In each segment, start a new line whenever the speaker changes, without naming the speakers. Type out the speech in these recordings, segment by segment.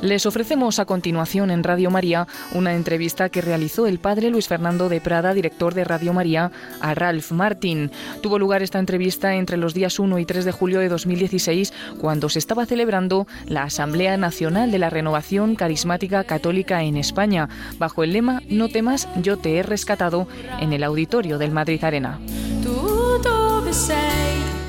Les ofrecemos a continuación en Radio María una entrevista que realizó el padre Luis Fernando de Prada, director de Radio María, a Ralph Martin. Tuvo lugar esta entrevista entre los días 1 y 3 de julio de 2016, cuando se estaba celebrando la Asamblea Nacional de la Renovación Carismática Católica en España, bajo el lema No temas, yo te he rescatado, en el auditorio del Madrid Arena.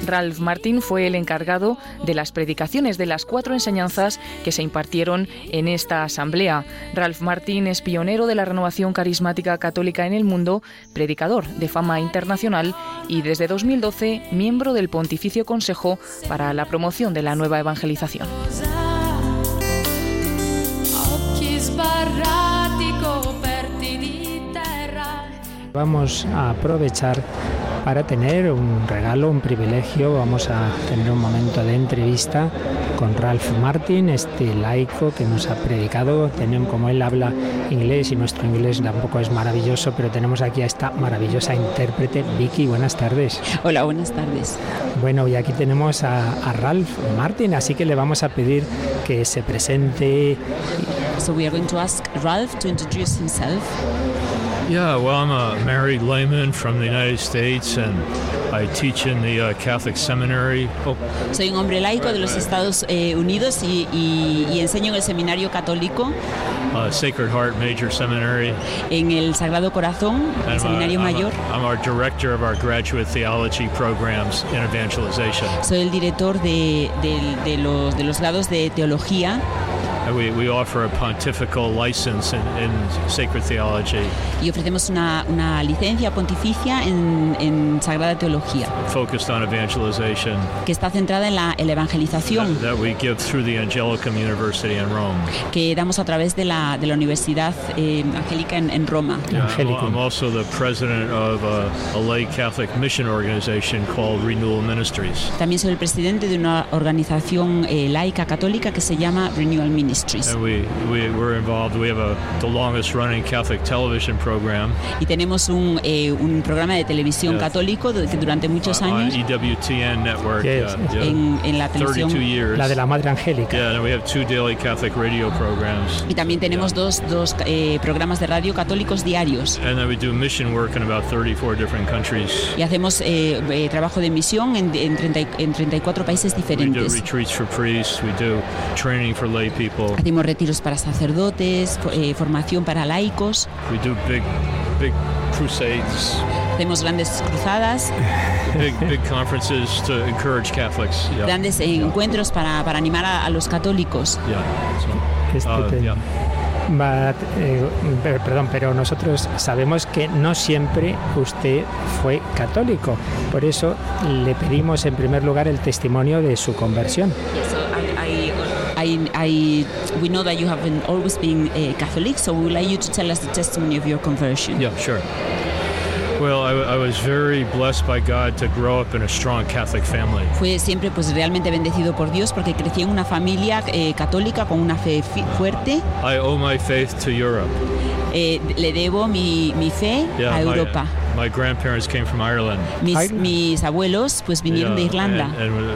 Ralph Martin fue el encargado de las predicaciones de las cuatro enseñanzas que se impartieron en esta asamblea. Ralph Martin es pionero de la renovación carismática católica en el mundo, predicador de fama internacional y desde 2012 miembro del Pontificio Consejo para la promoción de la nueva evangelización.
Vamos a aprovechar para tener un regalo, un privilegio. Vamos a tener un momento de entrevista con Ralph Martin, este laico que nos ha predicado. Tenemos, como él habla inglés y nuestro inglés tampoco es maravilloso, pero tenemos aquí a esta maravillosa intérprete, Vicky. Buenas tardes.
Hola, buenas tardes.
Bueno, y aquí tenemos a, a Ralph Martin, así que le vamos a pedir que se presente.
So we are going to ask Ralph to introduce himself.
Yeah, well, I'm a married layman from the United States, and I teach in the uh, Catholic Seminary.
Oh. Soy un hombre laico de los Estados eh, Unidos y, y, y, enseño en el seminario católico.
Uh, Sacred Heart Major Seminary.
En el Sagrado Corazón, el I'm seminario
a,
mayor.
A, I'm our director of our graduate theology programs in evangelization.
Soy el director de, de, de los, de los grados de teología.
We, we, offer a pontifical license in, in sacred theology.
Y ofrecemos una, una licencia pontificia en, en, Sagrada Teología.
Focused on evangelization.
Que está centrada en la, en la evangelización.
That, that, we give through the Angelicum University in Rome.
Que damos a través de la, de la Universidad eh, Angélica en, en, Roma.
Yeah, I'm also the president of a, a, lay Catholic mission organization called Renewal Ministries.
También soy el presidente de una organización eh, laica católica que se llama Renewal Ministries.
And we, we, we're involved. We have a, the longest running Catholic television program.
Y tenemos un, eh, un programa de televisión yeah. católico que durante muchos
on, E
años.
On EWTN network. Yes.
Yeah, yeah. En, en, la televisión.
32 years.
La de la Madre Angélica.
Yeah, and we have two daily Catholic radio programs.
Y también tenemos dos, dos eh, programas de radio católicos diarios.
And then we do mission work in about 34 different countries.
Y hacemos eh, trabajo de misión en, en, 30, en 34 países diferentes.
We do retreats for priests. We do training for lay people.
Hacemos retiros para sacerdotes, eh, formación para laicos.
We do big, big crusades.
Hacemos grandes cruzadas.
big, big conferences to encourage Catholics. Yeah.
Grandes eh, encuentros para, para animar a, a los católicos.
Yeah. So, uh, yeah.
But, eh, perdón, pero nosotros sabemos que no siempre usted fue católico. Por eso le pedimos en primer lugar el testimonio de su conversión.
I, I, we know that you haven't always been a Catholic, so we would like you to tell us the testimony of your conversion.
Yeah, sure. Well, I, I, was very blessed by God to grow up in a strong Catholic family.
Fue siempre pues realmente bendecido por Dios porque crecí en una familia eh, católica con una fe fuerte.
I owe my faith to Europe.
Eh, le debo mi, mi fe yeah, a Europa.
My, my grandparents came from Ireland.
Mis, Ireland. mis abuelos pues vinieron yeah, de Irlanda.
And, and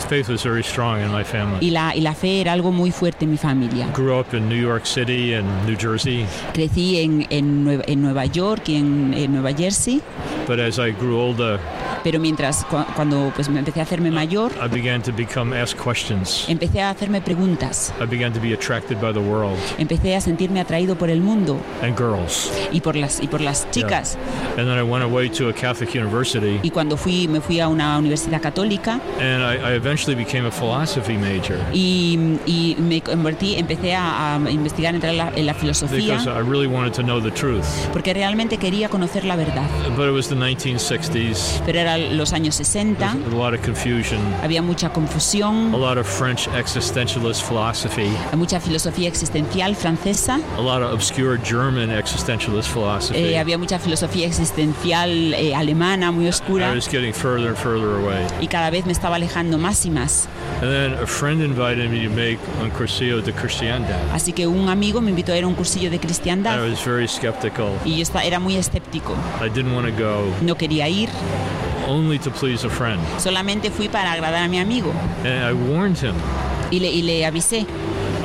the faith was very strong in my family.
Y la, y la fe era algo muy fuerte en mi familia.
Grew up in New York City and New Jersey.
Crecí en, en, Nueva, en Nueva York y en, en Nueva Jersey.
But as I grew older,
pero mientras cu cuando pues me empecé a hacerme mayor
I began to become asked questions.
empecé a hacerme preguntas
I began to be attracted by the world.
empecé a sentirme atraído por el mundo
And girls.
y por las y por las chicas
yeah. And then I went away to a Catholic university.
y cuando fui me fui a una universidad católica
And I, I eventually became a philosophy major.
Y, y, me convertí empecé a, a investigar entrar en la, en la filosofía
Because I really wanted to know the truth.
porque realmente quería conocer la verdad
But it was the 1960s.
pero era los años 60.
A lot of confusion.
Había mucha confusión.
A lot of French existentialist philosophy.
Mucha filosofía existencial francesa.
A lot of obscure German existentialist philosophy.
Eh, había mucha filosofía existencial eh, alemana muy oscura.
I was getting further and further away.
Y cada vez me estaba alejando más y más.
And then a friend invited me to make un cursillo de cristiandad.
Así que un amigo me invitó a ir a un cursillo de cristiandad.
And I was very skeptical.
Y yo era muy escéptico.
I didn't want to go.
No quería ir.
Only to please a friend.
Solamente fui para agradar a mi amigo.
And I warned him.
Y le, y le avisé.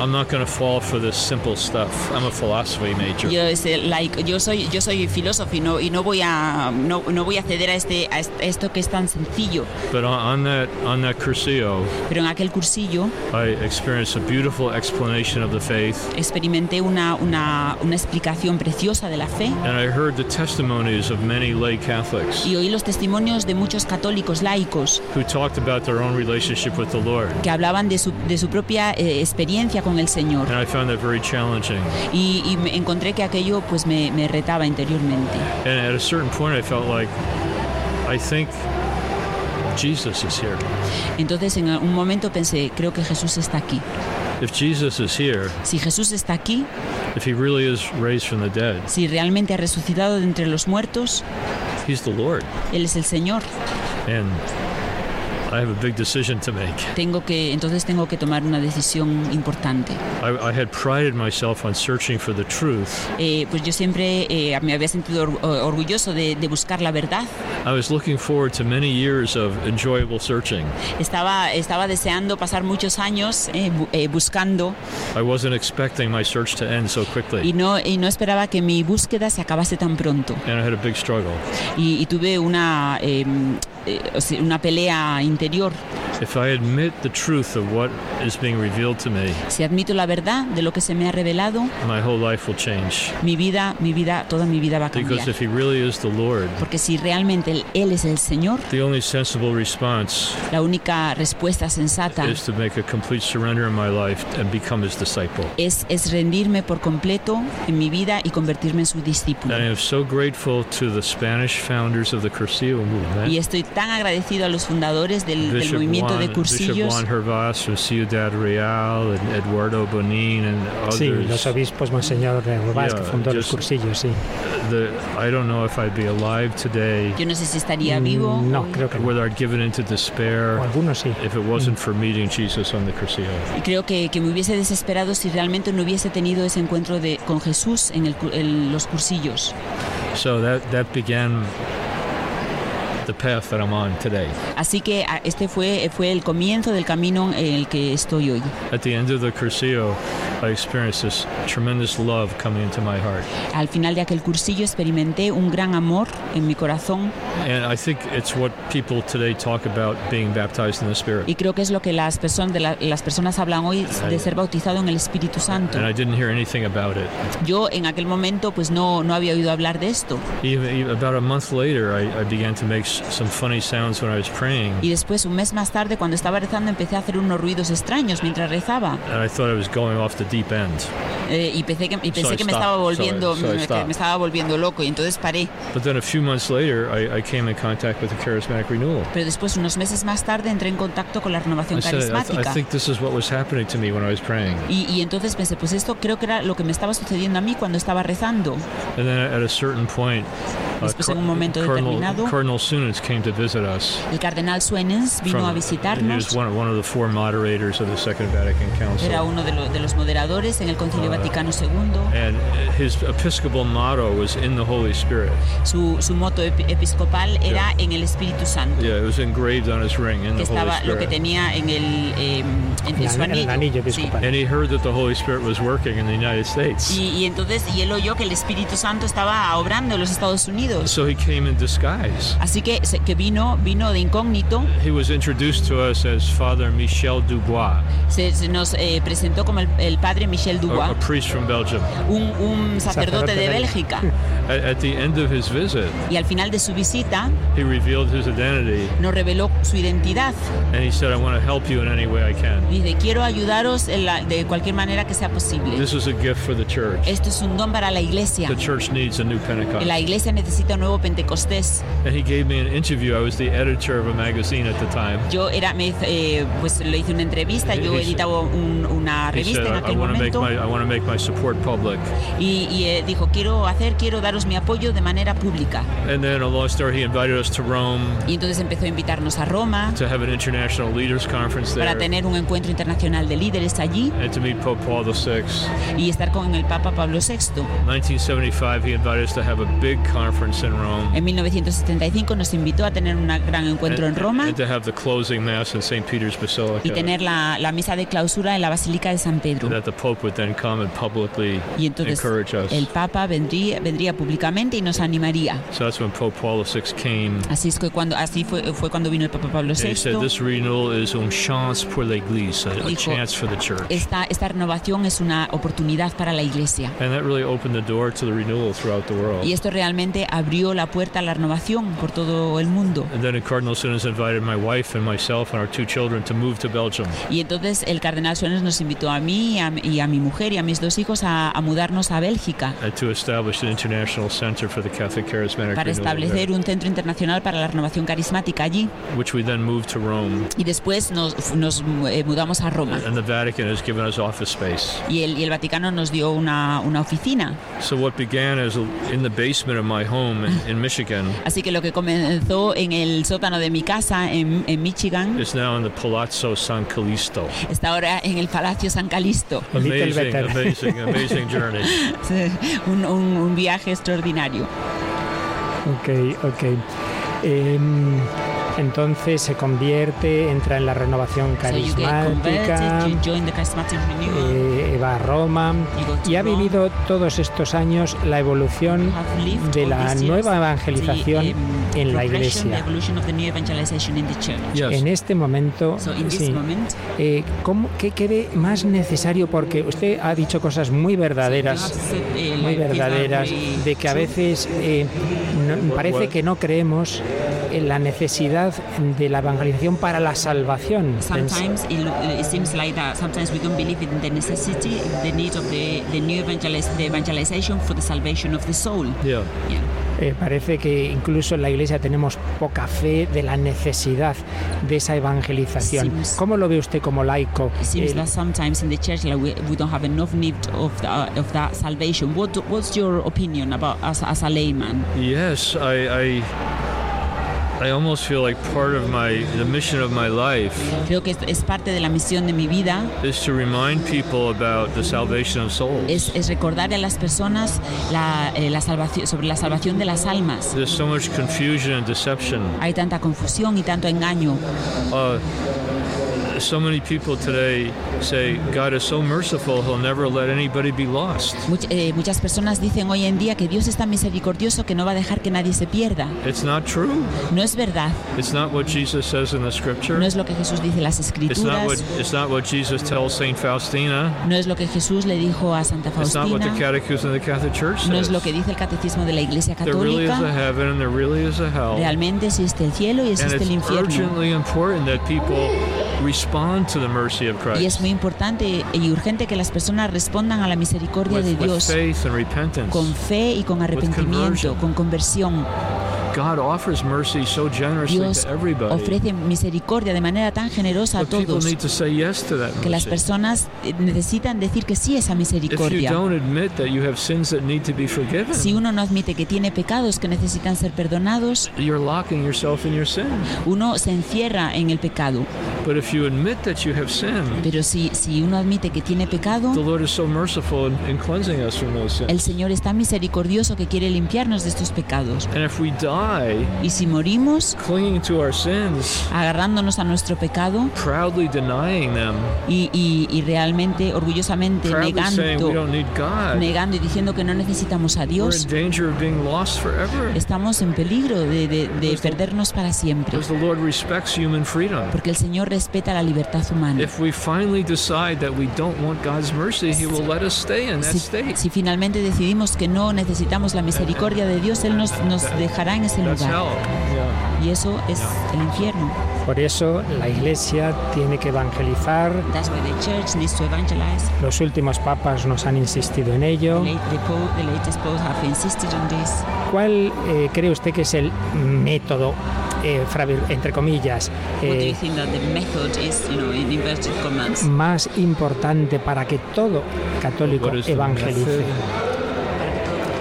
I'm not going to fall for this simple stuff. I'm a philosophy major.
Yo, este, like, yo soy yo soy filósofo y no y no voy a no, no voy a ceder a este a esto que es tan sencillo.
But on, on that on that cursillo,
Pero en aquel cursillo
I experienced a beautiful explanation of the faith,
experimenté una una, una explicación preciosa de la fe
and I heard the testimonies of many lay Catholics
y oí los testimonios de muchos católicos laicos
who talked about their own relationship with the Lord.
que hablaban de su, de su propia eh, experiencia con el Señor
And I found that very challenging.
y, y me encontré que aquello pues me, me retaba interiormente.
And at a certain point, I felt like, I think Jesus is here.
Entonces en un momento pensé, creo que Jesús está aquí.
If Jesus is here,
Si Jesús está aquí,
if he really is raised from the dead,
si realmente ha resucitado de entre los muertos,
he's the Lord.
Él es el Señor.
And I have a big decision to make.
Tengo que, entonces tengo que tomar una decisión importante.
I, I had prided myself on searching for the truth.
Eh, pues yo siempre eh, me había sentido or- orgulloso de, de buscar la verdad.
I was looking forward to many years of enjoyable searching.
Estaba, estaba deseando pasar muchos años eh, bu- eh, buscando
I wasn't expecting my search to end so
y
quickly.
no, y no esperaba que mi búsqueda se acabase tan pronto.
And I had a big struggle.
Y, y tuve una, eh, eh, o sea, una pelea interior.
If I admit the truth of what is being revealed to me,
Si admito la verdad de lo que se me ha revelado,
my whole life will change.
mi vida, mi vida, toda mi vida va a
Because
cambiar.
if he really is the Lord,
Porque si realmente Él- Él es el Señor,
the only sensible response
la única respuesta sensata
is to make a complete surrender in my life and become his disciple.
es, es rendirme por completo en mi vida y convertirme en su
And
discípulo.
I am so grateful to the Spanish founders of the Cursillo movement.
Y estoy tan agradecido a los fundadores del, del
¿eh? Bishop
movimiento
Juan,
de
Bishop Juan
cursillos.
Hervás from Ciudad Real and Eduardo Bonin and others.
Sí, los obispos Monseñor Urbás, que
Yeah,
fundó los
just-
cursillos, sí.
The- I don't know if I'd be alive today
Yo no sé si estaría vivo.
Mm, No,
hoy.
creo que no.
whether I'd given into despair
O algunos sí.
if it wasn't for meeting Jesus on the Cursillo.
Y Creo que, que me hubiese desesperado si realmente no hubiese tenido ese encuentro de, con Jesús en, el cu- en los cursillos.
So that, that began the path that I'm on today.
Así que a- este fue, fue el comienzo del camino en el que estoy hoy.
At the end of the Cursillo, I experienced this tremendous love coming into my heart.
Al final de aquel cursillo experimenté un gran amor en mi corazón
And I think it's what people today talk about being baptized in the Spirit.
y creo que es lo que las, personas de la- las personas hablan hoy de ser bautizado en el Espíritu Santo.
And I didn't hear anything about it.
Yo en aquel momento pues no, no había oído hablar de esto
Even, even about a month later, I, I began to make s- some funny sounds when I was praying,
y después un mes más tarde cuando estaba rezando empecé a hacer unos ruidos extraños mientras rezaba
and I thought I was going off the deep end.
Eh, y pensé que, y pensé
Soy
que me
está,
estaba volviendo
soy- soy
me-
está.
que me estaba volviendo loco y entonces paré
But then a few months later, I, I came in contact with the Charismatic Renewal.
pero después unos meses más tarde entré en contacto con la
I
renovación
said, I, th- I
carismática
think this is what was happening to me when I was praying.
y, y entonces pensé pues esto creo que era lo que me estaba sucediendo a mí cuando estaba rezando
And then at a certain point, uh,
Después, en un
Car-
momento
Cardinal,
determinado-
Cardinal Sunitz came to visit us.
El cardenal Suenens vino
from-
a
he was
visitarnos.
one, one of the four moderators of the Second Vatican Council.
Era uno de, lo- de los moderadores en el Concilio
Uh,
Vaticano II.
And his Episcopal motto was in the Holy Spirit.
Su, su moto epi- episcopal era en el Espíritu Santo,
Yeah, it was engraved on his ring in
que
the Holy
estaba lo que
Spirit.
tenía en el eh, en
El
su
an- el
anillo.
anillo
Sí.
episcopal.
And he heard that the Holy Spirit was working in the United States.
Y, y entonces y él oyó que el Espíritu Santo estaba obrando en los Estados Unidos.
So he came in disguise.
Así que, se- que vino, vino de incógnito,
He was introduced to us as Father Michel Dubois,
se, se nos eh, presentó como el, el padre Michel
a,
Dubois,
a priest from Belgium.
un, un sacerdote
Sacerdote
de
de-
Bélgica.
At, at the end of his visit,
Y al final de su visita
he revealed his identity
nos reveló su identidad.
and he said, I want to help you in any way I can.
Dice, quiero ayudaros en la- de cualquier manera que sea posible.
This is a gift for the church.
Esto es un don para la iglesia.
The church needs a new
La
Pentecost.
iglesia necesita un nuevo Pentecostés.
And he gave me an interview. I was the editor of a magazine at the time.
Yo era, me, hizo- eh, pues le hice una entrevista, yo
He- he
editaba un- una
He
revista
said,
en
I, I
aquel
want to make
momento
my I want to make my support public.
y, y, eh, dijo, quiero hacer, quiero daros mi apoyo de manera pública.
And then a long story. He invited us to Rome
Y entonces empezó a invitarnos a Roma
to have an international leaders conference there.
para tener un encuentro internacional de líderes allí
and to meet Pope Paul VI.
y estar con el Papa Pablo VI.
In 1975, he invited us to have a big conference in Rome.
En 1975 nos invitó a tener un gran encuentro en Roma
and to have the closing mass in St. Peter's
y
Basilica.
tener la, la misa de clausura en la Basílica de San Pedro.
that the Pope would then come and publicly
Y entonces
encourage us.
el Papa vendría, vendría públicamente y nos animaría.
So that's when Pope Paul VI came.
Así, es que cuando, así fue, fue cuando vino el Papa Pablo
And he said,
VI.
This renewal is un chance pour l'Église, a, a
Dijo,
chance for the church.
Esta, esta renovación es una oportunidad para la Iglesia.
And that really opened the door to the renewal throughout the world.
Y esto realmente abrió la puerta a la renovación por todo el mundo.
And then Cardinal Sinners invited my wife and myself and our two children to move to Belgium.
Y entonces el cardenal Suárez nos invitó a mí y a, y a mi mujer y a mis dos hijos a, a mudarnos a Bélgica
and to establish an international center for the Catholic Charismatic
para
Renewal
establecer un centro internacional para la renovación carismática allí.
there, which we then moved to Rome.
Y después nos, nos eh, mudamos a Roma.
And the Vatican has given us office space.
Y el, y el Vaticano nos dio una, una oficina.
So what began as a, in the basement of my home in, in Michigan
Así que lo que comenzó en el sótano de mi casa en, en Michigan
is now in the Palazzo San Callisto.
está ahora en el Palacio San Calisto.
A little
Amazing,
better.
amazing, amazing journey.
Un- un- un viaje extraordinario.
Ok, ok. Em, entonces se convierte, entra en la renovación
So you get
carismática,
converted, you join the charismatic renewal,
eh, va a Roma
you go to
y ha
Rome,
vivido todos estos años la evolución
have lived
de
all
la
these years,
nueva
the,
evangelización
um,
en la
progression, the
iglesia.
evolution of the new evangelization in the church.
Yes.
En este momento,
So in this
sí,
moment,
eh, ¿cómo- ¿qué quede más necesario? Porque usted ha dicho cosas muy verdaderas.
you have said, eh,
muy
things are
verdaderas,
very
de que a
true.
veces eh, no- parece que no creemos en la necesidad de la evangelización para la salvación. Pens-
Sometimes it, lo- it seems like that. Sometimes we don't believe in the necessity, the need of the, the new evangeliz the evangelization for the salvation of the soul.
Yeah.
Yeah.
eh, parece que incluso en la iglesia tenemos poca fe de la necesidad de esa evangelización.
Seems-
¿Cómo lo ve usted como laico?
It seems
Eh,
that sometimes in the church like we, we don't have enough need of the, of that salvation. What do- what's your opinion about as, as a layman?
Yes, I, I I almost feel like part of my the mission of my life
Creo que es, es parte de la misión de mi vida
is to remind people about the salvation of souls.
es, es recordar a las personas la, eh, la salvación, sobre la salvación de las almas.
There's so much confusion and deception.
Hay tanta confusión y tanto engaño.
So many people today say God is so merciful, He'll never let anybody be lost.
Much- eh, muchas personas dicen hoy en día que Dios es tan misericordioso que no va a dejar que nadie se pierda.
It's not true.
No es verdad.
It's not what Jesus says in the
No
Scripture.
es lo que Jesús dice en las
It's not what
escrituras.
it's not what Jesus tells Saint Faustina.
No es lo que Jesús le dijo a Santa
It's not what the
Faustina.
Catechism of the Catholic Church
No es
says.
lo que dice el catecismo de la Iglesia
There really is a
Católica.
heaven and there really is a hell.
Realmente existe el cielo y
And
existe el
it's
infierno.
urgently important that people respond to the mercy of
Y es
Christ
muy importante y urgente que las personas respondan a la misericordia de
with, with
Dios
faith and repentance.
con fe y con arrepentimiento,
conversion.
con conversión.
God offers mercy so generously
Dios
to everybody.
ofrece misericordia de manera tan generosa a
But people
todos
need to say yes to that
que las
mercy.
personas eh, necesitan decir que sí a esa
If you
misericordia.
don't admit that you have sins that need to be forgiven,
Si uno no admite que tiene pecados que necesitan ser perdonados,
you're locking yourself in your sin.
uno se encierra en el pecado.
But if you admit that you have sinned,
Pero si, si uno admite que tiene
the
pecado,
Lord is so merciful in, in cleansing us from those
el
sins.
Señor es tan misericordioso que quiere limpiarnos de estos pecados.
And if we die
Y si morimos
clinging to our sins,
agarrándonos a nuestro pecado
proudly denying them,
y, y- y realmente, orgullosamente,
proudly saying we
negando,
don't need God,
negando y diciendo que no necesitamos a
we're
Dios,
in danger of being lost forever.
estamos en peligro de, de- de perdernos para siempre,
Because the Lord respects human freedom.
porque el Señor respeta la libertad humana.
If we finally decide that we don't want God's mercy, He will let us stay in that
Si,
state.
si finalmente decidimos que no necesitamos la misericordia de Dios, Él nos, nos dejará en ese
That's
lugar.
hell. Yeah.
Y eso es el infierno.
Por eso la iglesia tiene que evangelizar.
That's why the church needs to evangelize.
Los últimos papas nos han insistido en
The,
ello.
late, the Pope, the latest Pope have insisted on this.
¿Cuál eh, cree usted que es el método, eh, fravir- entre comillas,
What do
eh,
you think that the method is, you know, in inverted commas?
más importante para que todo católico
What is the
evangelice?
method?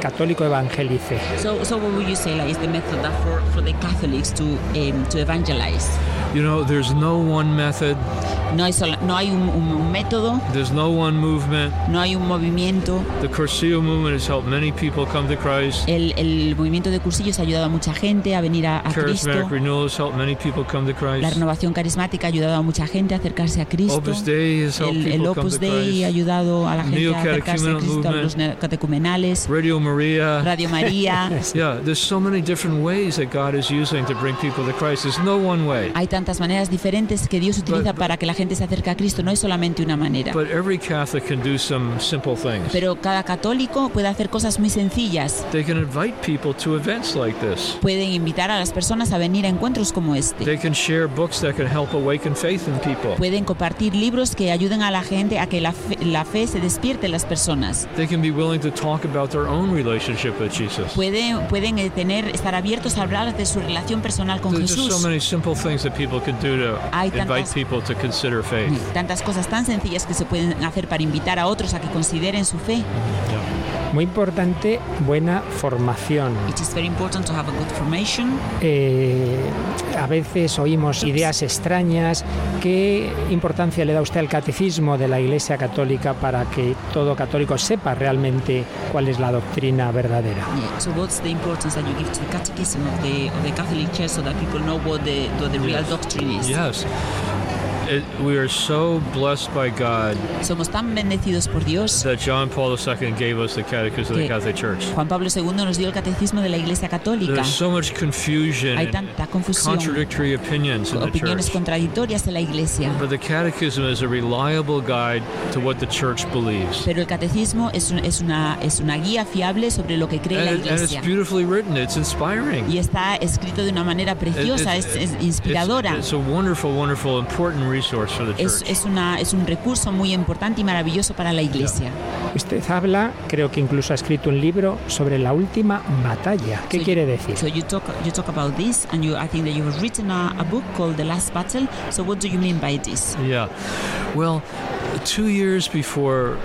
católico evangelice.
So, so what would you say like, is the method that for, for the Catholics to, um, to evangelize?
You know, there's no one method,
No hay, sola- no hay un, un método,
there's no one movement.
no hay un movimiento.
The Curcio movement has helped many people come to Christ.
El, el movimiento de cursillos ha ayudado a mucha gente a venir a, a Cristo.
Charismatic renewal has helped many people come to
La
Christ.
renovación carismática ha ayudado a mucha gente a acercarse a Cristo.
Opus Dei has helped
El, el
people come to
Opus Dei ha
Christ.
ayudado a la gente a acercarse a
Neocatecumenal
Cristo, a los neocatecumenales,
Radio Maria.
Radio María.
Yeah, there's so many different ways that God is using to bring people to Christ. There's no one way.
Hay tantas maneras diferentes que Dios utiliza
But-
para que la gente se acerque a Cristo, no hay solamente una manera.
But every Catholic can do some simple things.
Pero cada católico puede hacer cosas muy sencillas.
They can invite people to events like this.
Pueden invitar a las personas a venir a encuentros como este.
They can share books that can help awaken faith in people.
Pueden compartir libros que ayuden a la gente a que la fe, la fe se despierte en las personas.
They can be willing to talk about their own relationship with Jesus.
Pueden, pueden eh, tener, estar abiertos a hablar de su relación personal con
There's just so
Jesús.
many simple things that people can do to
Hay
invite
tantas-
people to consider faith.
Tantas cosas tan sencillas que se pueden hacer para invitar a otros a que consideren su fe.
Muy importante, buena formación.
It is very important to have a good formation.
Eh, a veces oímos ideas extrañas. ¿Qué importancia le da usted al catecismo de la Iglesia Católica para que todo católico sepa realmente cuál es la doctrina verdadera?
Yeah. So what's the importance that you give to the catechism of the, of the Catholic Church so that people know what the, what the real doctrine is?
Yes. It, we are so blessed by God
Somos tan bendecidos por Dios.
that John Paul II gave us the Catechism of the
Que-
Catholic Church.
Juan Pablo II nos dio el catecismo de la Iglesia Católica.
There's so much confusion
Hay
and
tanta confusión.
contradictory opinions in the
Opiniones
church.
contradictorias de la Iglesia.
But the Catechism is a reliable guide to what the church believes.
Pero el catecismo es, un- es, una, es una guía fiable sobre lo que cree la
And, it- and it's
Iglesia.
beautifully written, it's inspiring.
Y está escrito de una manera
It-
preciosa, es,
it's-
es
it's-
inspiradora.
It's, a wonderful, wonderful, important resource for the
Es,
church.
es, una, es un recurso muy importante y maravilloso para la Iglesia.
Usted habla, creo que incluso ha escrito un libro sobre la última batalla. ¿Qué
Sí.
quiere decir?
So you talk you talk about this, and you I think that you have written a, a book called The Last Battle. So what do you mean by this?
Yeah. Well, two years before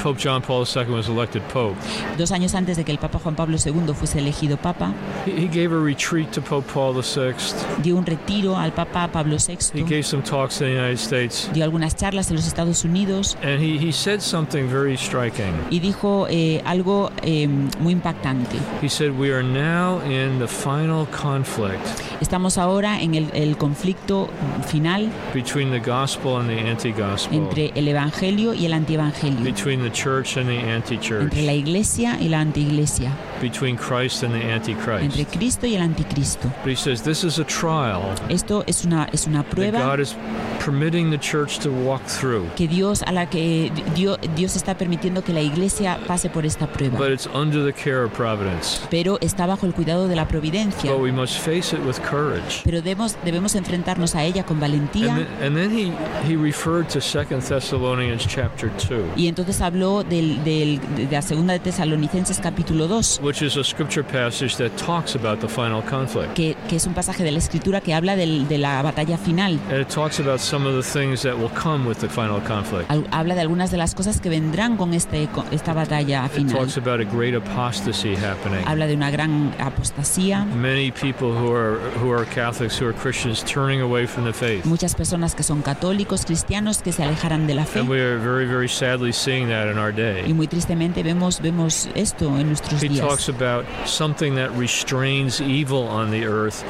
Pope John Paul II was elected pope,
Dos años antes de que el Papa Juan Pablo II fuese elegido Papa,
he, he gave a retreat to Pope Paul VI.
dio un retiro al Papa Pablo
He
VI,
gave some talks in the United States,
dio algunas charlas en los Estados Unidos
and he, he said something very striking.
y dijo eh, algo eh, muy impactante.
He said, We are now in the final conflict
Estamos ahora en el, el conflicto final
between the gospel and the anti gospel,
entre el Evangelio y el antievangelio,
between the church and the anti
entre la
church,
Iglesia y la antiiglesia,
between Christ and the
entre
antichrist.
Cristo y el anticristo.
But he says, This is a trial
Esto es una, es una
that
prueba
God is permitting the church to walk through.
que Dios a la que Dios, Dios está permitiendo que la iglesia pase por esta prueba,
But it's under the care of providence.
pero está bajo el cuidado de la providencia.
But we must face it with courage.
Pero debemos, debemos enfrentarnos a ella con
And then,
valentía.
and then he, he referred to 2 Thessalonians chapter 2,
Y entonces habló del, del- de la segunda de Tesalonicenses capítulo 2,
which is a scripture passage that talks about the final conflict.
que, que es un pasaje de la escritura que habla del- de la batalla final.
And it talks about some of the things that will come with the final conflict.
Al- Habla de algunas de las cosas que vendrán con este, con esta batalla
It
final.
talks about a great apostasy happening.
Habla de una gran apostasía.
Many people who are who are Catholics, who are Christians, turning away from the faith.
Muchas personas que son católicos, cristianos, que se alejarán de la fe.
And we are very, very sadly seeing that in our
Y
day.
muy tristemente vemos, vemos esto en nuestros
He talks
días.
about something that restrains evil on the earth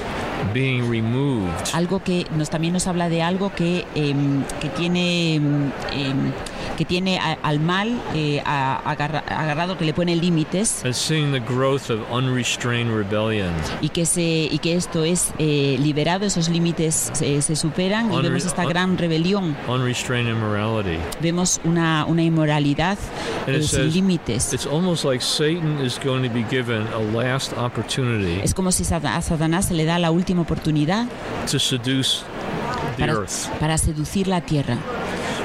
being removed.
Algo que nos, también nos habla de algo que, em, que tiene, em, em, que tiene a- al mal eh, a- agarra- agarrado, que le pone límites
and seeing the growth of unrestrained rebellion,
y que, se, y que esto es eh, liberado, esos límites se, se superan y
Unre-
vemos esta
un-
gran rebelión,
unrestrained immorality.
vemos una, una inmoralidad
And
eh,
it
sin
says-
límites.
It's almost like Satan is going to be given a last opportunity
Es como si Sata- a Satanás se le da la última oportunidad
to seduce the
para,
earth.
para seducir la tierra.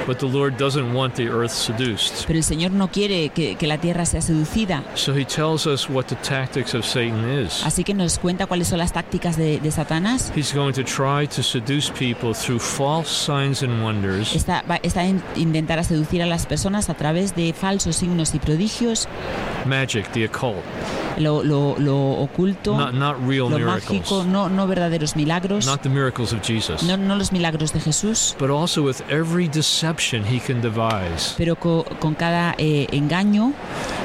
But the Lord doesn't want the earth seduced.
Pero el Señor no quiere que, que la tierra sea seducida.
So he tells us what the tactics of Satan is.
Así que nos cuenta cuáles son las tácticas de, de Satanás.
He's going to try to seduce people through false signs and wonders,
Está, va- está en- intentará seducir a las personas a través de falsos signos y prodigios,
magic, the occult,
lo, lo- lo oculto,
not, not real
lo mágico,
miracles,
no, no verdaderos milagros,
not the miracles of Jesus,
no, no los milagros de Jesús,
but also with every deception he can devise,
pero co- con cada eh, engaño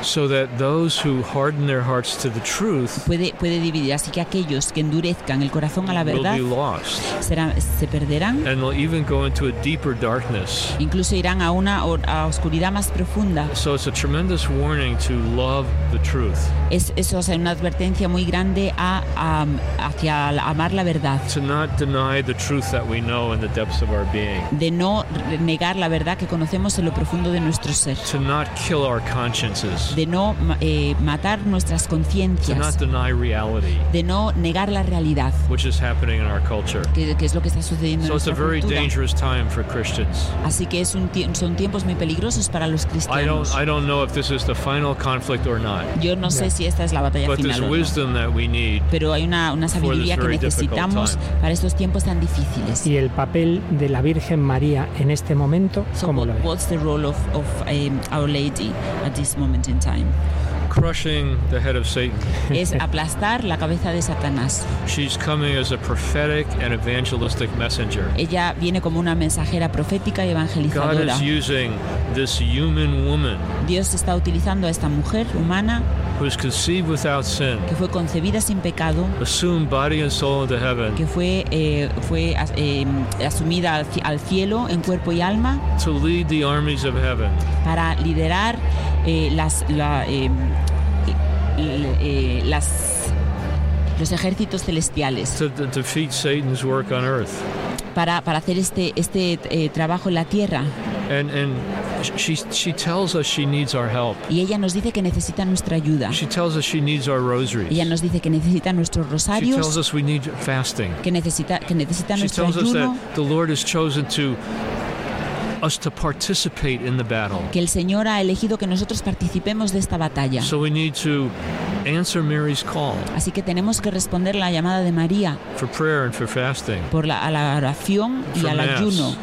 so that those who harden their hearts to the truth
puede, puede dividir. Así que aquellos que endurezcan el corazón a la
will Eh.
verdad
be lost.
serán- se perderán,
And they'll even go into a deeper darkness.
incluso irán a una or- a oscuridad más profunda.
So it's a tremendous warning to love the truth,
Es, eso es una advertencia muy grande a, a- hacia la- amar la verdad,
to not deny the truth that we know in the depths of our being,
de no negar la verdad que conocemos en lo profundo de nuestro ser,
to not kill our consciences,
de no ma- eh, matar nuestras
to not
conciencias,
deny reality,
de no negar la realidad,
which is happening in our culture.
que, que es lo que está sucediendo en
So it's a
nuestra
very
cultura.
dangerous time for Christians.
Así que es un tie- son tiempos muy peligrosos para los
I don't
cristianos.
I don't know if this is the final conflict or not,
Yo no sé si esta es la batalla
but there's
final, o no,
wisdom that we need.
pero hay una, una
for this
sabiduría que
very difficult
necesitamos
time.
para estos tiempos tan difíciles.
¿Y el papel de la Virgen María en este momento?
So
¿Cómo
what-
lo ve?
what's the role of, of um, Our Lady at this moment in time?
Crushing the head of Satan.
es aplastar la cabeza de Satanás.
She's coming as a prophetic and evangelistic messenger.
Ella viene como una mensajera profética y
God
evangelizadora.
is using this human woman
Dios está utilizando a esta mujer humana
who is conceived without sin,
que fue concebida sin pecado,
assumed body and soul into heaven,
que fue, eh, fue as- eh, asumida al, ci- al cielo en cuerpo y alma
to lead the armies of heaven.
para liderar eh, las, la, eh, eh, las- los ejércitos celestiales,
to d- defeat Satan's work on earth.
para, para hacer este, este eh, trabajo en la tierra.
And and sh- she she tells us she needs our help.
Y ella nos dice que necesita nuestra ayuda.
She tells us she needs our rosaries.
Ella nos dice que necesita nuestros
She
rosarios,
tells us we need fasting.
que necesita, que necesita
She
nuestro
tells us
ayuno,
that the Lord has chosen to us to participate in the battle.
que el Señor ha elegido que nosotros participemos de esta batalla.
So we need to answer Mary's call
Así que tenemos que responder la llamada de María
for prayer and for fasting,
por la, a la oración y
For
al
mass.
ayuno,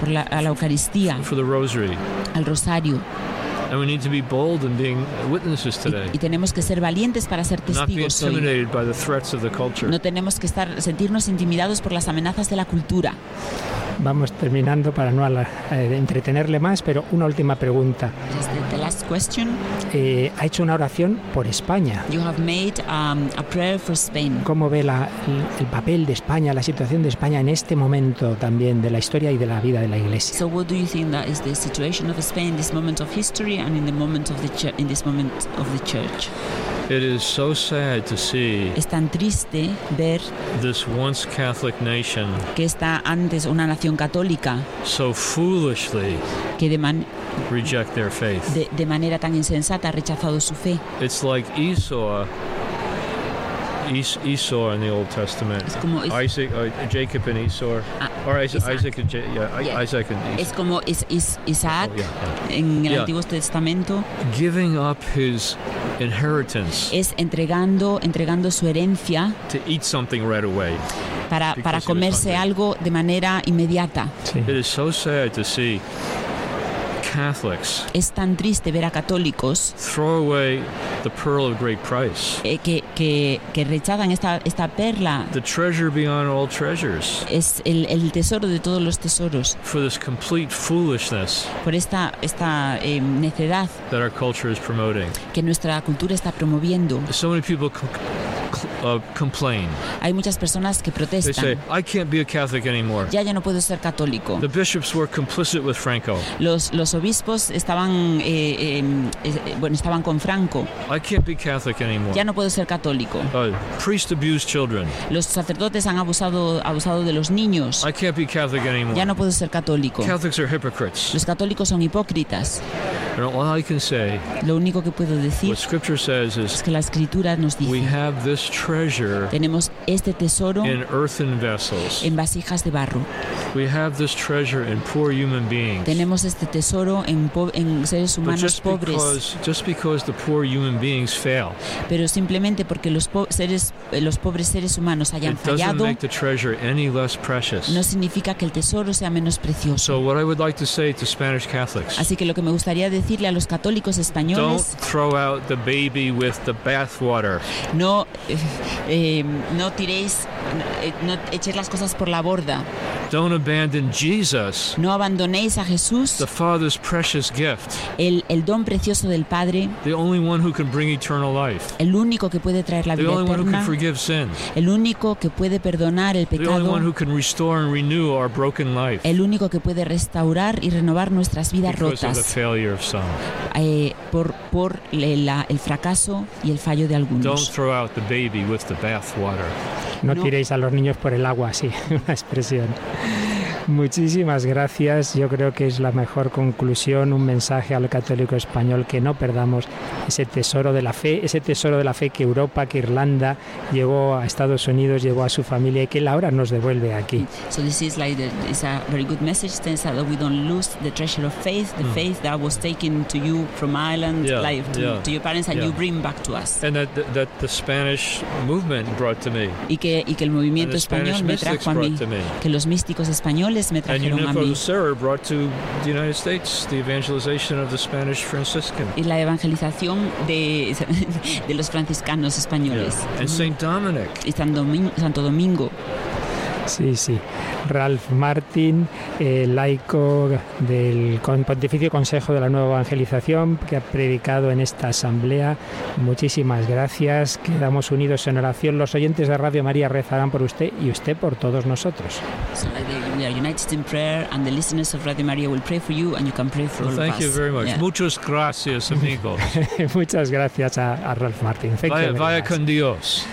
por la, a la Eucaristía,
for the rosary,
al rosario.
and we need to be bold in being witnesses today,
Y, y tenemos que ser valientes para ser
not be
testigos hoy.
intimidated by the threats of the culture.
No tenemos que estar, sentirnos intimidados por las amenazas de la cultura.
Vamos terminando para no ala- eh, entretenerle más, pero una última pregunta.
Just the- the last question.
Eh, ha hecho una oración por España.
You have made um, a prayer for Spain.
¿Cómo ve la- el, el papel de España, la situación de España en este momento también de la historia y de la vida de la Iglesia?
So, what do you think that is the situation of Spain in this moment of history and in the moment of the chur- in this moment of the church?
It is so sad to see
Es tan triste ver
this once Catholic nation
que está antes una nación católica
so foolishly
que de, man-
reject their faith.
de, de manera tan insensata ha rechazado su fe.
It's like Esau, Es- Esau in the Old Testament.
Es como es,
Isaac, uh, Jacob and Esau,
Ah,
or Isaac,
Isaac.
Isaac and Ja- yeah, I-
Yeah.
Isaac and
es
Esau.
como es, es- Isaac
Oh, yeah,
en el
Yeah.
Antiguo Testamento
yeah. Giving up his inheritance
es entregando entregando su herencia
to eat something right away.
para,
Because
para
he was
comerse
hungry.
algo de manera inmediata.
Sí.
It is so sad to see Catholics
Es tan triste ver a católicos
throw away the pearl of great price,
eh, que, que, que rechazan esta, esta perla
the treasure beyond all treasures,
es el, el tesoro de todos los tesoros
for this complete foolishness
por esta, esta eh, necedad
that our culture is promoting.
que nuestra cultura está promoviendo.
So many people com- cl- uh, complain.
Hay muchas personas que
They say,
protestan.
I can't be a Catholic anymore.
Ya, ya no puedo ser católico.
The bishops were complicit with Franco.
Los, los obispos estaban, eh, eh, eh, bueno, estaban con Franco.
I can't be Catholic anymore.
Ya no puedo ser católico.
Uh, priest abused children.
Los sacerdotes han abusado, abusado de los niños.
I can't be Catholic anymore.
Ya no puedo ser católico.
Catholics are hypocrites.
Los católicos son hipócritas.
And all I can say,
Lo único que puedo decir
what Scripture says,
es
is
que la escritura nos
we
dice,
have this treasure
tenemos este tesoro
in earthen vessels.
en vasijas de barro,
We have this treasure in poor human beings.
tenemos este tesoro en, po- en seres
But
humanos
Pues just
pobres,
because, just because the poor human beings fail,
pero simplemente porque los, po- seres, eh, los pobres seres humanos hayan
it doesn't
fallado,
make the treasure any less precious.
no significa que el tesoro sea menos precioso.
So what I would like to say to Spanish Catholics,
Así que lo que me gustaría decirle a los católicos
don't
españoles,
throw out the baby with the bathwater.
no, eh, eh, no tiréis, eh, no echéis las cosas por la borda,
Don't abandon Jesus,
no abandonéis a Jesús,
the Father's precious gift,
el, el don precioso del Padre,
the only one who can bring eternal life,
el único que puede traer la
the
vida
only one who can
eterna,
forgive sin,
el único que puede perdonar el
the only one
pecado,
who can restore and renew our broken life
el único que puede restaurar y renovar nuestras vidas
because of the
rotas
failure of some.
eh, por, por le- la- el fracaso y el fallo de
Don't
algunos.
throw out the baby with the bathwater.
No,
No.
tiréis a los niños por el agua, sí, una expresión. Muchísimas gracias. Yo creo que es la mejor conclusión, un mensaje al católico español que no perdamos ese tesoro de la fe, ese tesoro de la fe que Europa, que Irlanda llegó a Estados Unidos, llegó a su familia y que él ahora nos devuelve aquí.
So this is like the, it's a very good message, since that we don't lose the treasure of faith, the
Mm.
faith that was taken to you from Ireland,
Yeah,
like to,
yeah,
to your parents, and
yeah.
you bring back to us.
And that, that the Spanish movement brought to me,
Y que, y que el
and
movimiento
the Spanish
español me
mystics
trajo a
brought
mí,
to me.
que los místicos españoles me
And
trajeron a
Unico
mí.
de Serra brought to the United States the evangelization of the Spanish Franciscan.
Y la evangelización de, de los franciscanos españoles.
And St. Dominic.
Y San Domingo, Santo Domingo,
Sí, sí. Ralph Martin, eh, laico del Con- Pontificio Consejo de la Nueva Evangelización, que ha predicado en esta asamblea. Muchísimas gracias. Quedamos unidos en oración. Los oyentes de Radio María rezarán por usted y usted por todos nosotros.
So that they- we are united in prayer, and the listeners of Radio Maria will pray for you, and you can pray for
Well,
all of
thank
us.
you very much.
Yeah.
Muchas gracias, amigos.
Muchas gracias a, a Ralph Martin. Thank you
vaya,
very
vaya
much.
con Dios.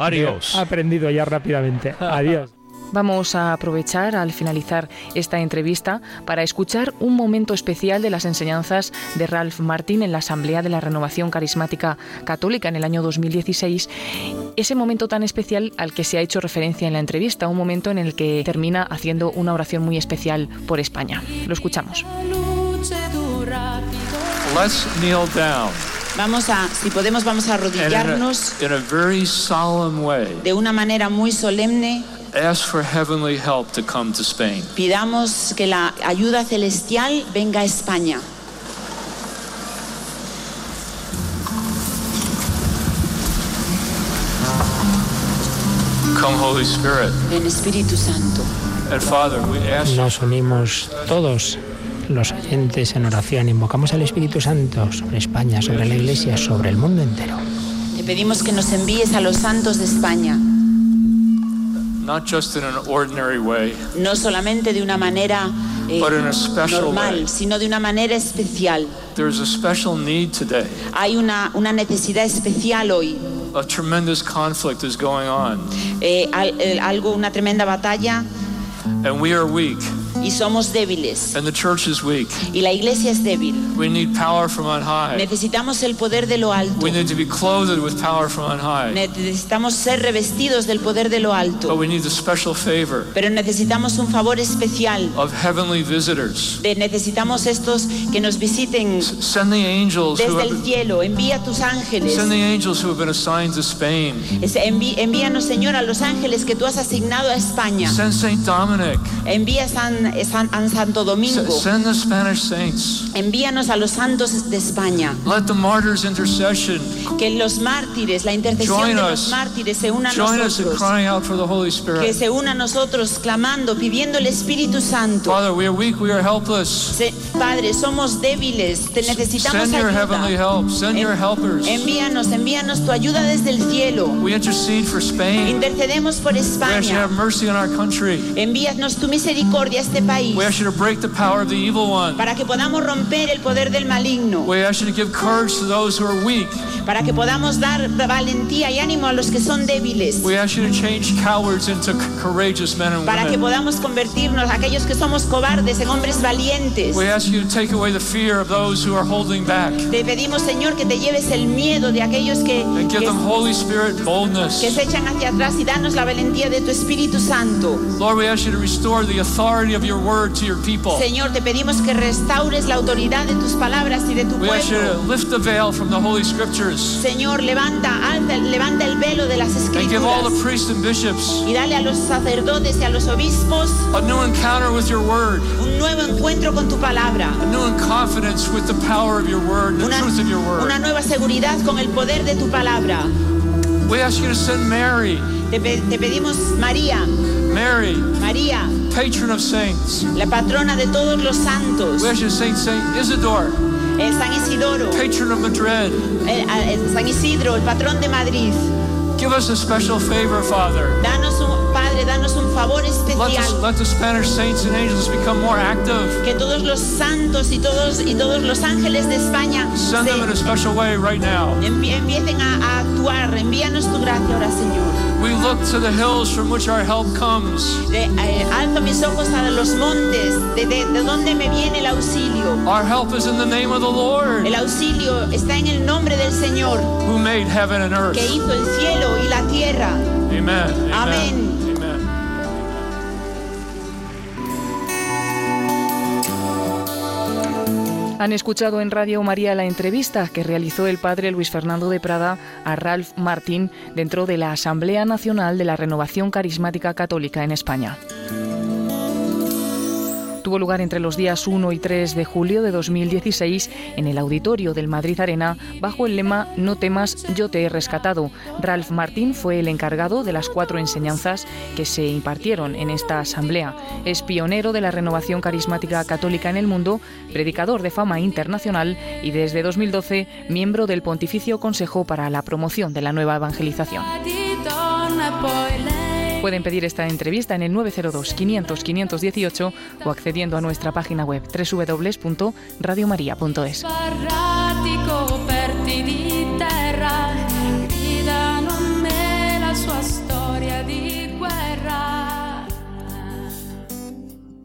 Adiós.
Ha aprendido ya rápidamente. Adiós.
Vamos a aprovechar al finalizar esta entrevista para escuchar un momento especial de las enseñanzas de Ralph Martin en la Asamblea de la Renovación Carismática Católica en el año 2016. Ese momento tan especial al que se ha hecho referencia en la entrevista, un momento en el que termina haciendo una oración muy especial por España. Lo escuchamos.
Let's kneel down
Vamos a, si podemos, vamos a
and in a,
arrodillarnos
in a very solemn way
de una manera muy solemne.
ask for heavenly help to come to Spain.
Pidamos que la ayuda celestial venga a España.
Come, Holy Spirit.
Ven Espíritu Santo.
And Father, we ask you
Nos unimos todos los oyentes en oración. Invocamos al Espíritu Santo sobre España, sobre la Iglesia, sobre el mundo entero.
Te pedimos que nos envíes a los santos de España,
not just in an ordinary way,
no solamente de una manera eh,
but in a special way.
normal, sino de una manera especial.
There's a special need today.
Hay una, una necesidad especial hoy,
A tremendous conflict is going on,
eh, al- eh, algo, una tremenda batalla
and we are weak,
y somos débiles.
and the church is weak.
Y la iglesia es débil.
We need power from on high.
Necesitamos el poder de lo alto.
We need to be clothed with power from on high.
Necesitamos ser revestidos del poder de lo
But
alto.
we need the special favor
Pero necesitamos un favor especial.
of heavenly visitors.
De- necesitamos estos que nos visiten
Send the angels who
desde el
have,
cielo. Envía a tus ángeles.
send the angels who have been assigned to Spain.
Es- envi- envíanos, Señor, a los ángeles que tú has asignado a España.
Send Saint Dominic.
Envía a San, eh, San- a Santo
S-
Domingo.
send the Spanish saints.
Envíanos a los santos de España.
Let the martyrs' intercession
Que los mártires, la intercesión de
Join
los
us.
mártires se una a
join us in
nosotros.
crying out for the Holy
Que
Spirit.
se una a nosotros clamando, pidiendo el Espíritu Santo.
Father, we are weak. We are helpless.
Se- Padre, somos débiles, te necesitamos
Send your heavenly
ayuda.
help. Send your helpers.
Envíanos, envíanos tu ayuda desde el cielo.
We intercede for Spain.
Intercedemos por
We ask you to have
España.
mercy on our country.
Envíanos tu misericordia a este este país
We ask you to break the power of the evil one.
para que podamos romper el poder del maligno,
We ask you to give courage to those who are weak.
para que podamos dar valentía y ánimo a los que son débiles,
We ask you to change cowards into c- courageous men and
para que
women.
podamos convertirnos aquellos que somos cobardes en hombres valientes.
We ask you to take away the fear of those who are holding back
Te pedimos, Señor, que te lleves el miedo de aquellos que,
and give
que-
them Holy Spirit
que
boldness.
se echan hacia atrás y danos la valentía de tu Espíritu Santo.
Lord, we ask you to restore the authority of your word to your people.
Señor, te pedimos que restaures la autoridad de tus palabras y de tu
We ask you to
pueblo.
lift the veil from the Holy Scriptures
Señor, levanta, alza- levanta el velo de las
and give
escrituras
all the priests and bishops
y dale a los sacerdotes y a los obispos
a new encounter with your word,
un nuevo encuentro con tu palabra,
a new confidence with the power of your word, and the
una,
truth of your
una
word.
nueva seguridad con el poder de tu palabra.
We ask you to send Mary,
Te, pe- te pedimos, María,
Mary,
María,
patron of saints.
la patrona de todos los santos,
We ask you to saint Saint Isidore,
el San Isidoro,
patron of Madrid.
el- a- el San Isidro, el patrón de Madrid.
Give us a special favor, Father.
Danos un, Padre, danos un favor
Let
especial.
the, let the Spanish saints and angels become more active.
que todos los santos y todos y todos los ángeles de España
Send them in a
se
special way right now.
envi- empiecen a, a actuar. Envíanos tu gracia ahora, Señor.
We look to the hills from which our help comes.
De- eh, alzo mis ojos a los montes, de, de, de donde me viene el auxilio.
Our help is in the name of the Lord
El auxilio está en el nombre del Señor,
who made heaven and earth.
que hizo el cielo y la tierra. Amén.
Amen. Amen.
Han escuchado en Radio María la entrevista que realizó el padre Luis Fernando de Prada a Ralph Martín dentro de la Asamblea Nacional de la Renovación Carismática Católica en España. Tuvo lugar entre los días 1 y 3 de julio de 2016 en el auditorio del Madrid Arena bajo el lema No temas, yo te he rescatado. Ralph Martín fue el encargado de las cuatro enseñanzas que se impartieron en esta asamblea. Es pionero de la renovación carismática católica en el mundo, predicador de fama internacional y desde 2012 miembro del Pontificio Consejo para la Promoción de la Nueva Evangelización. Pueden pedir esta entrevista en el 902-500-518 o accediendo a nuestra página web www.radiomaria.es.
Sbarrati, coperti di terra,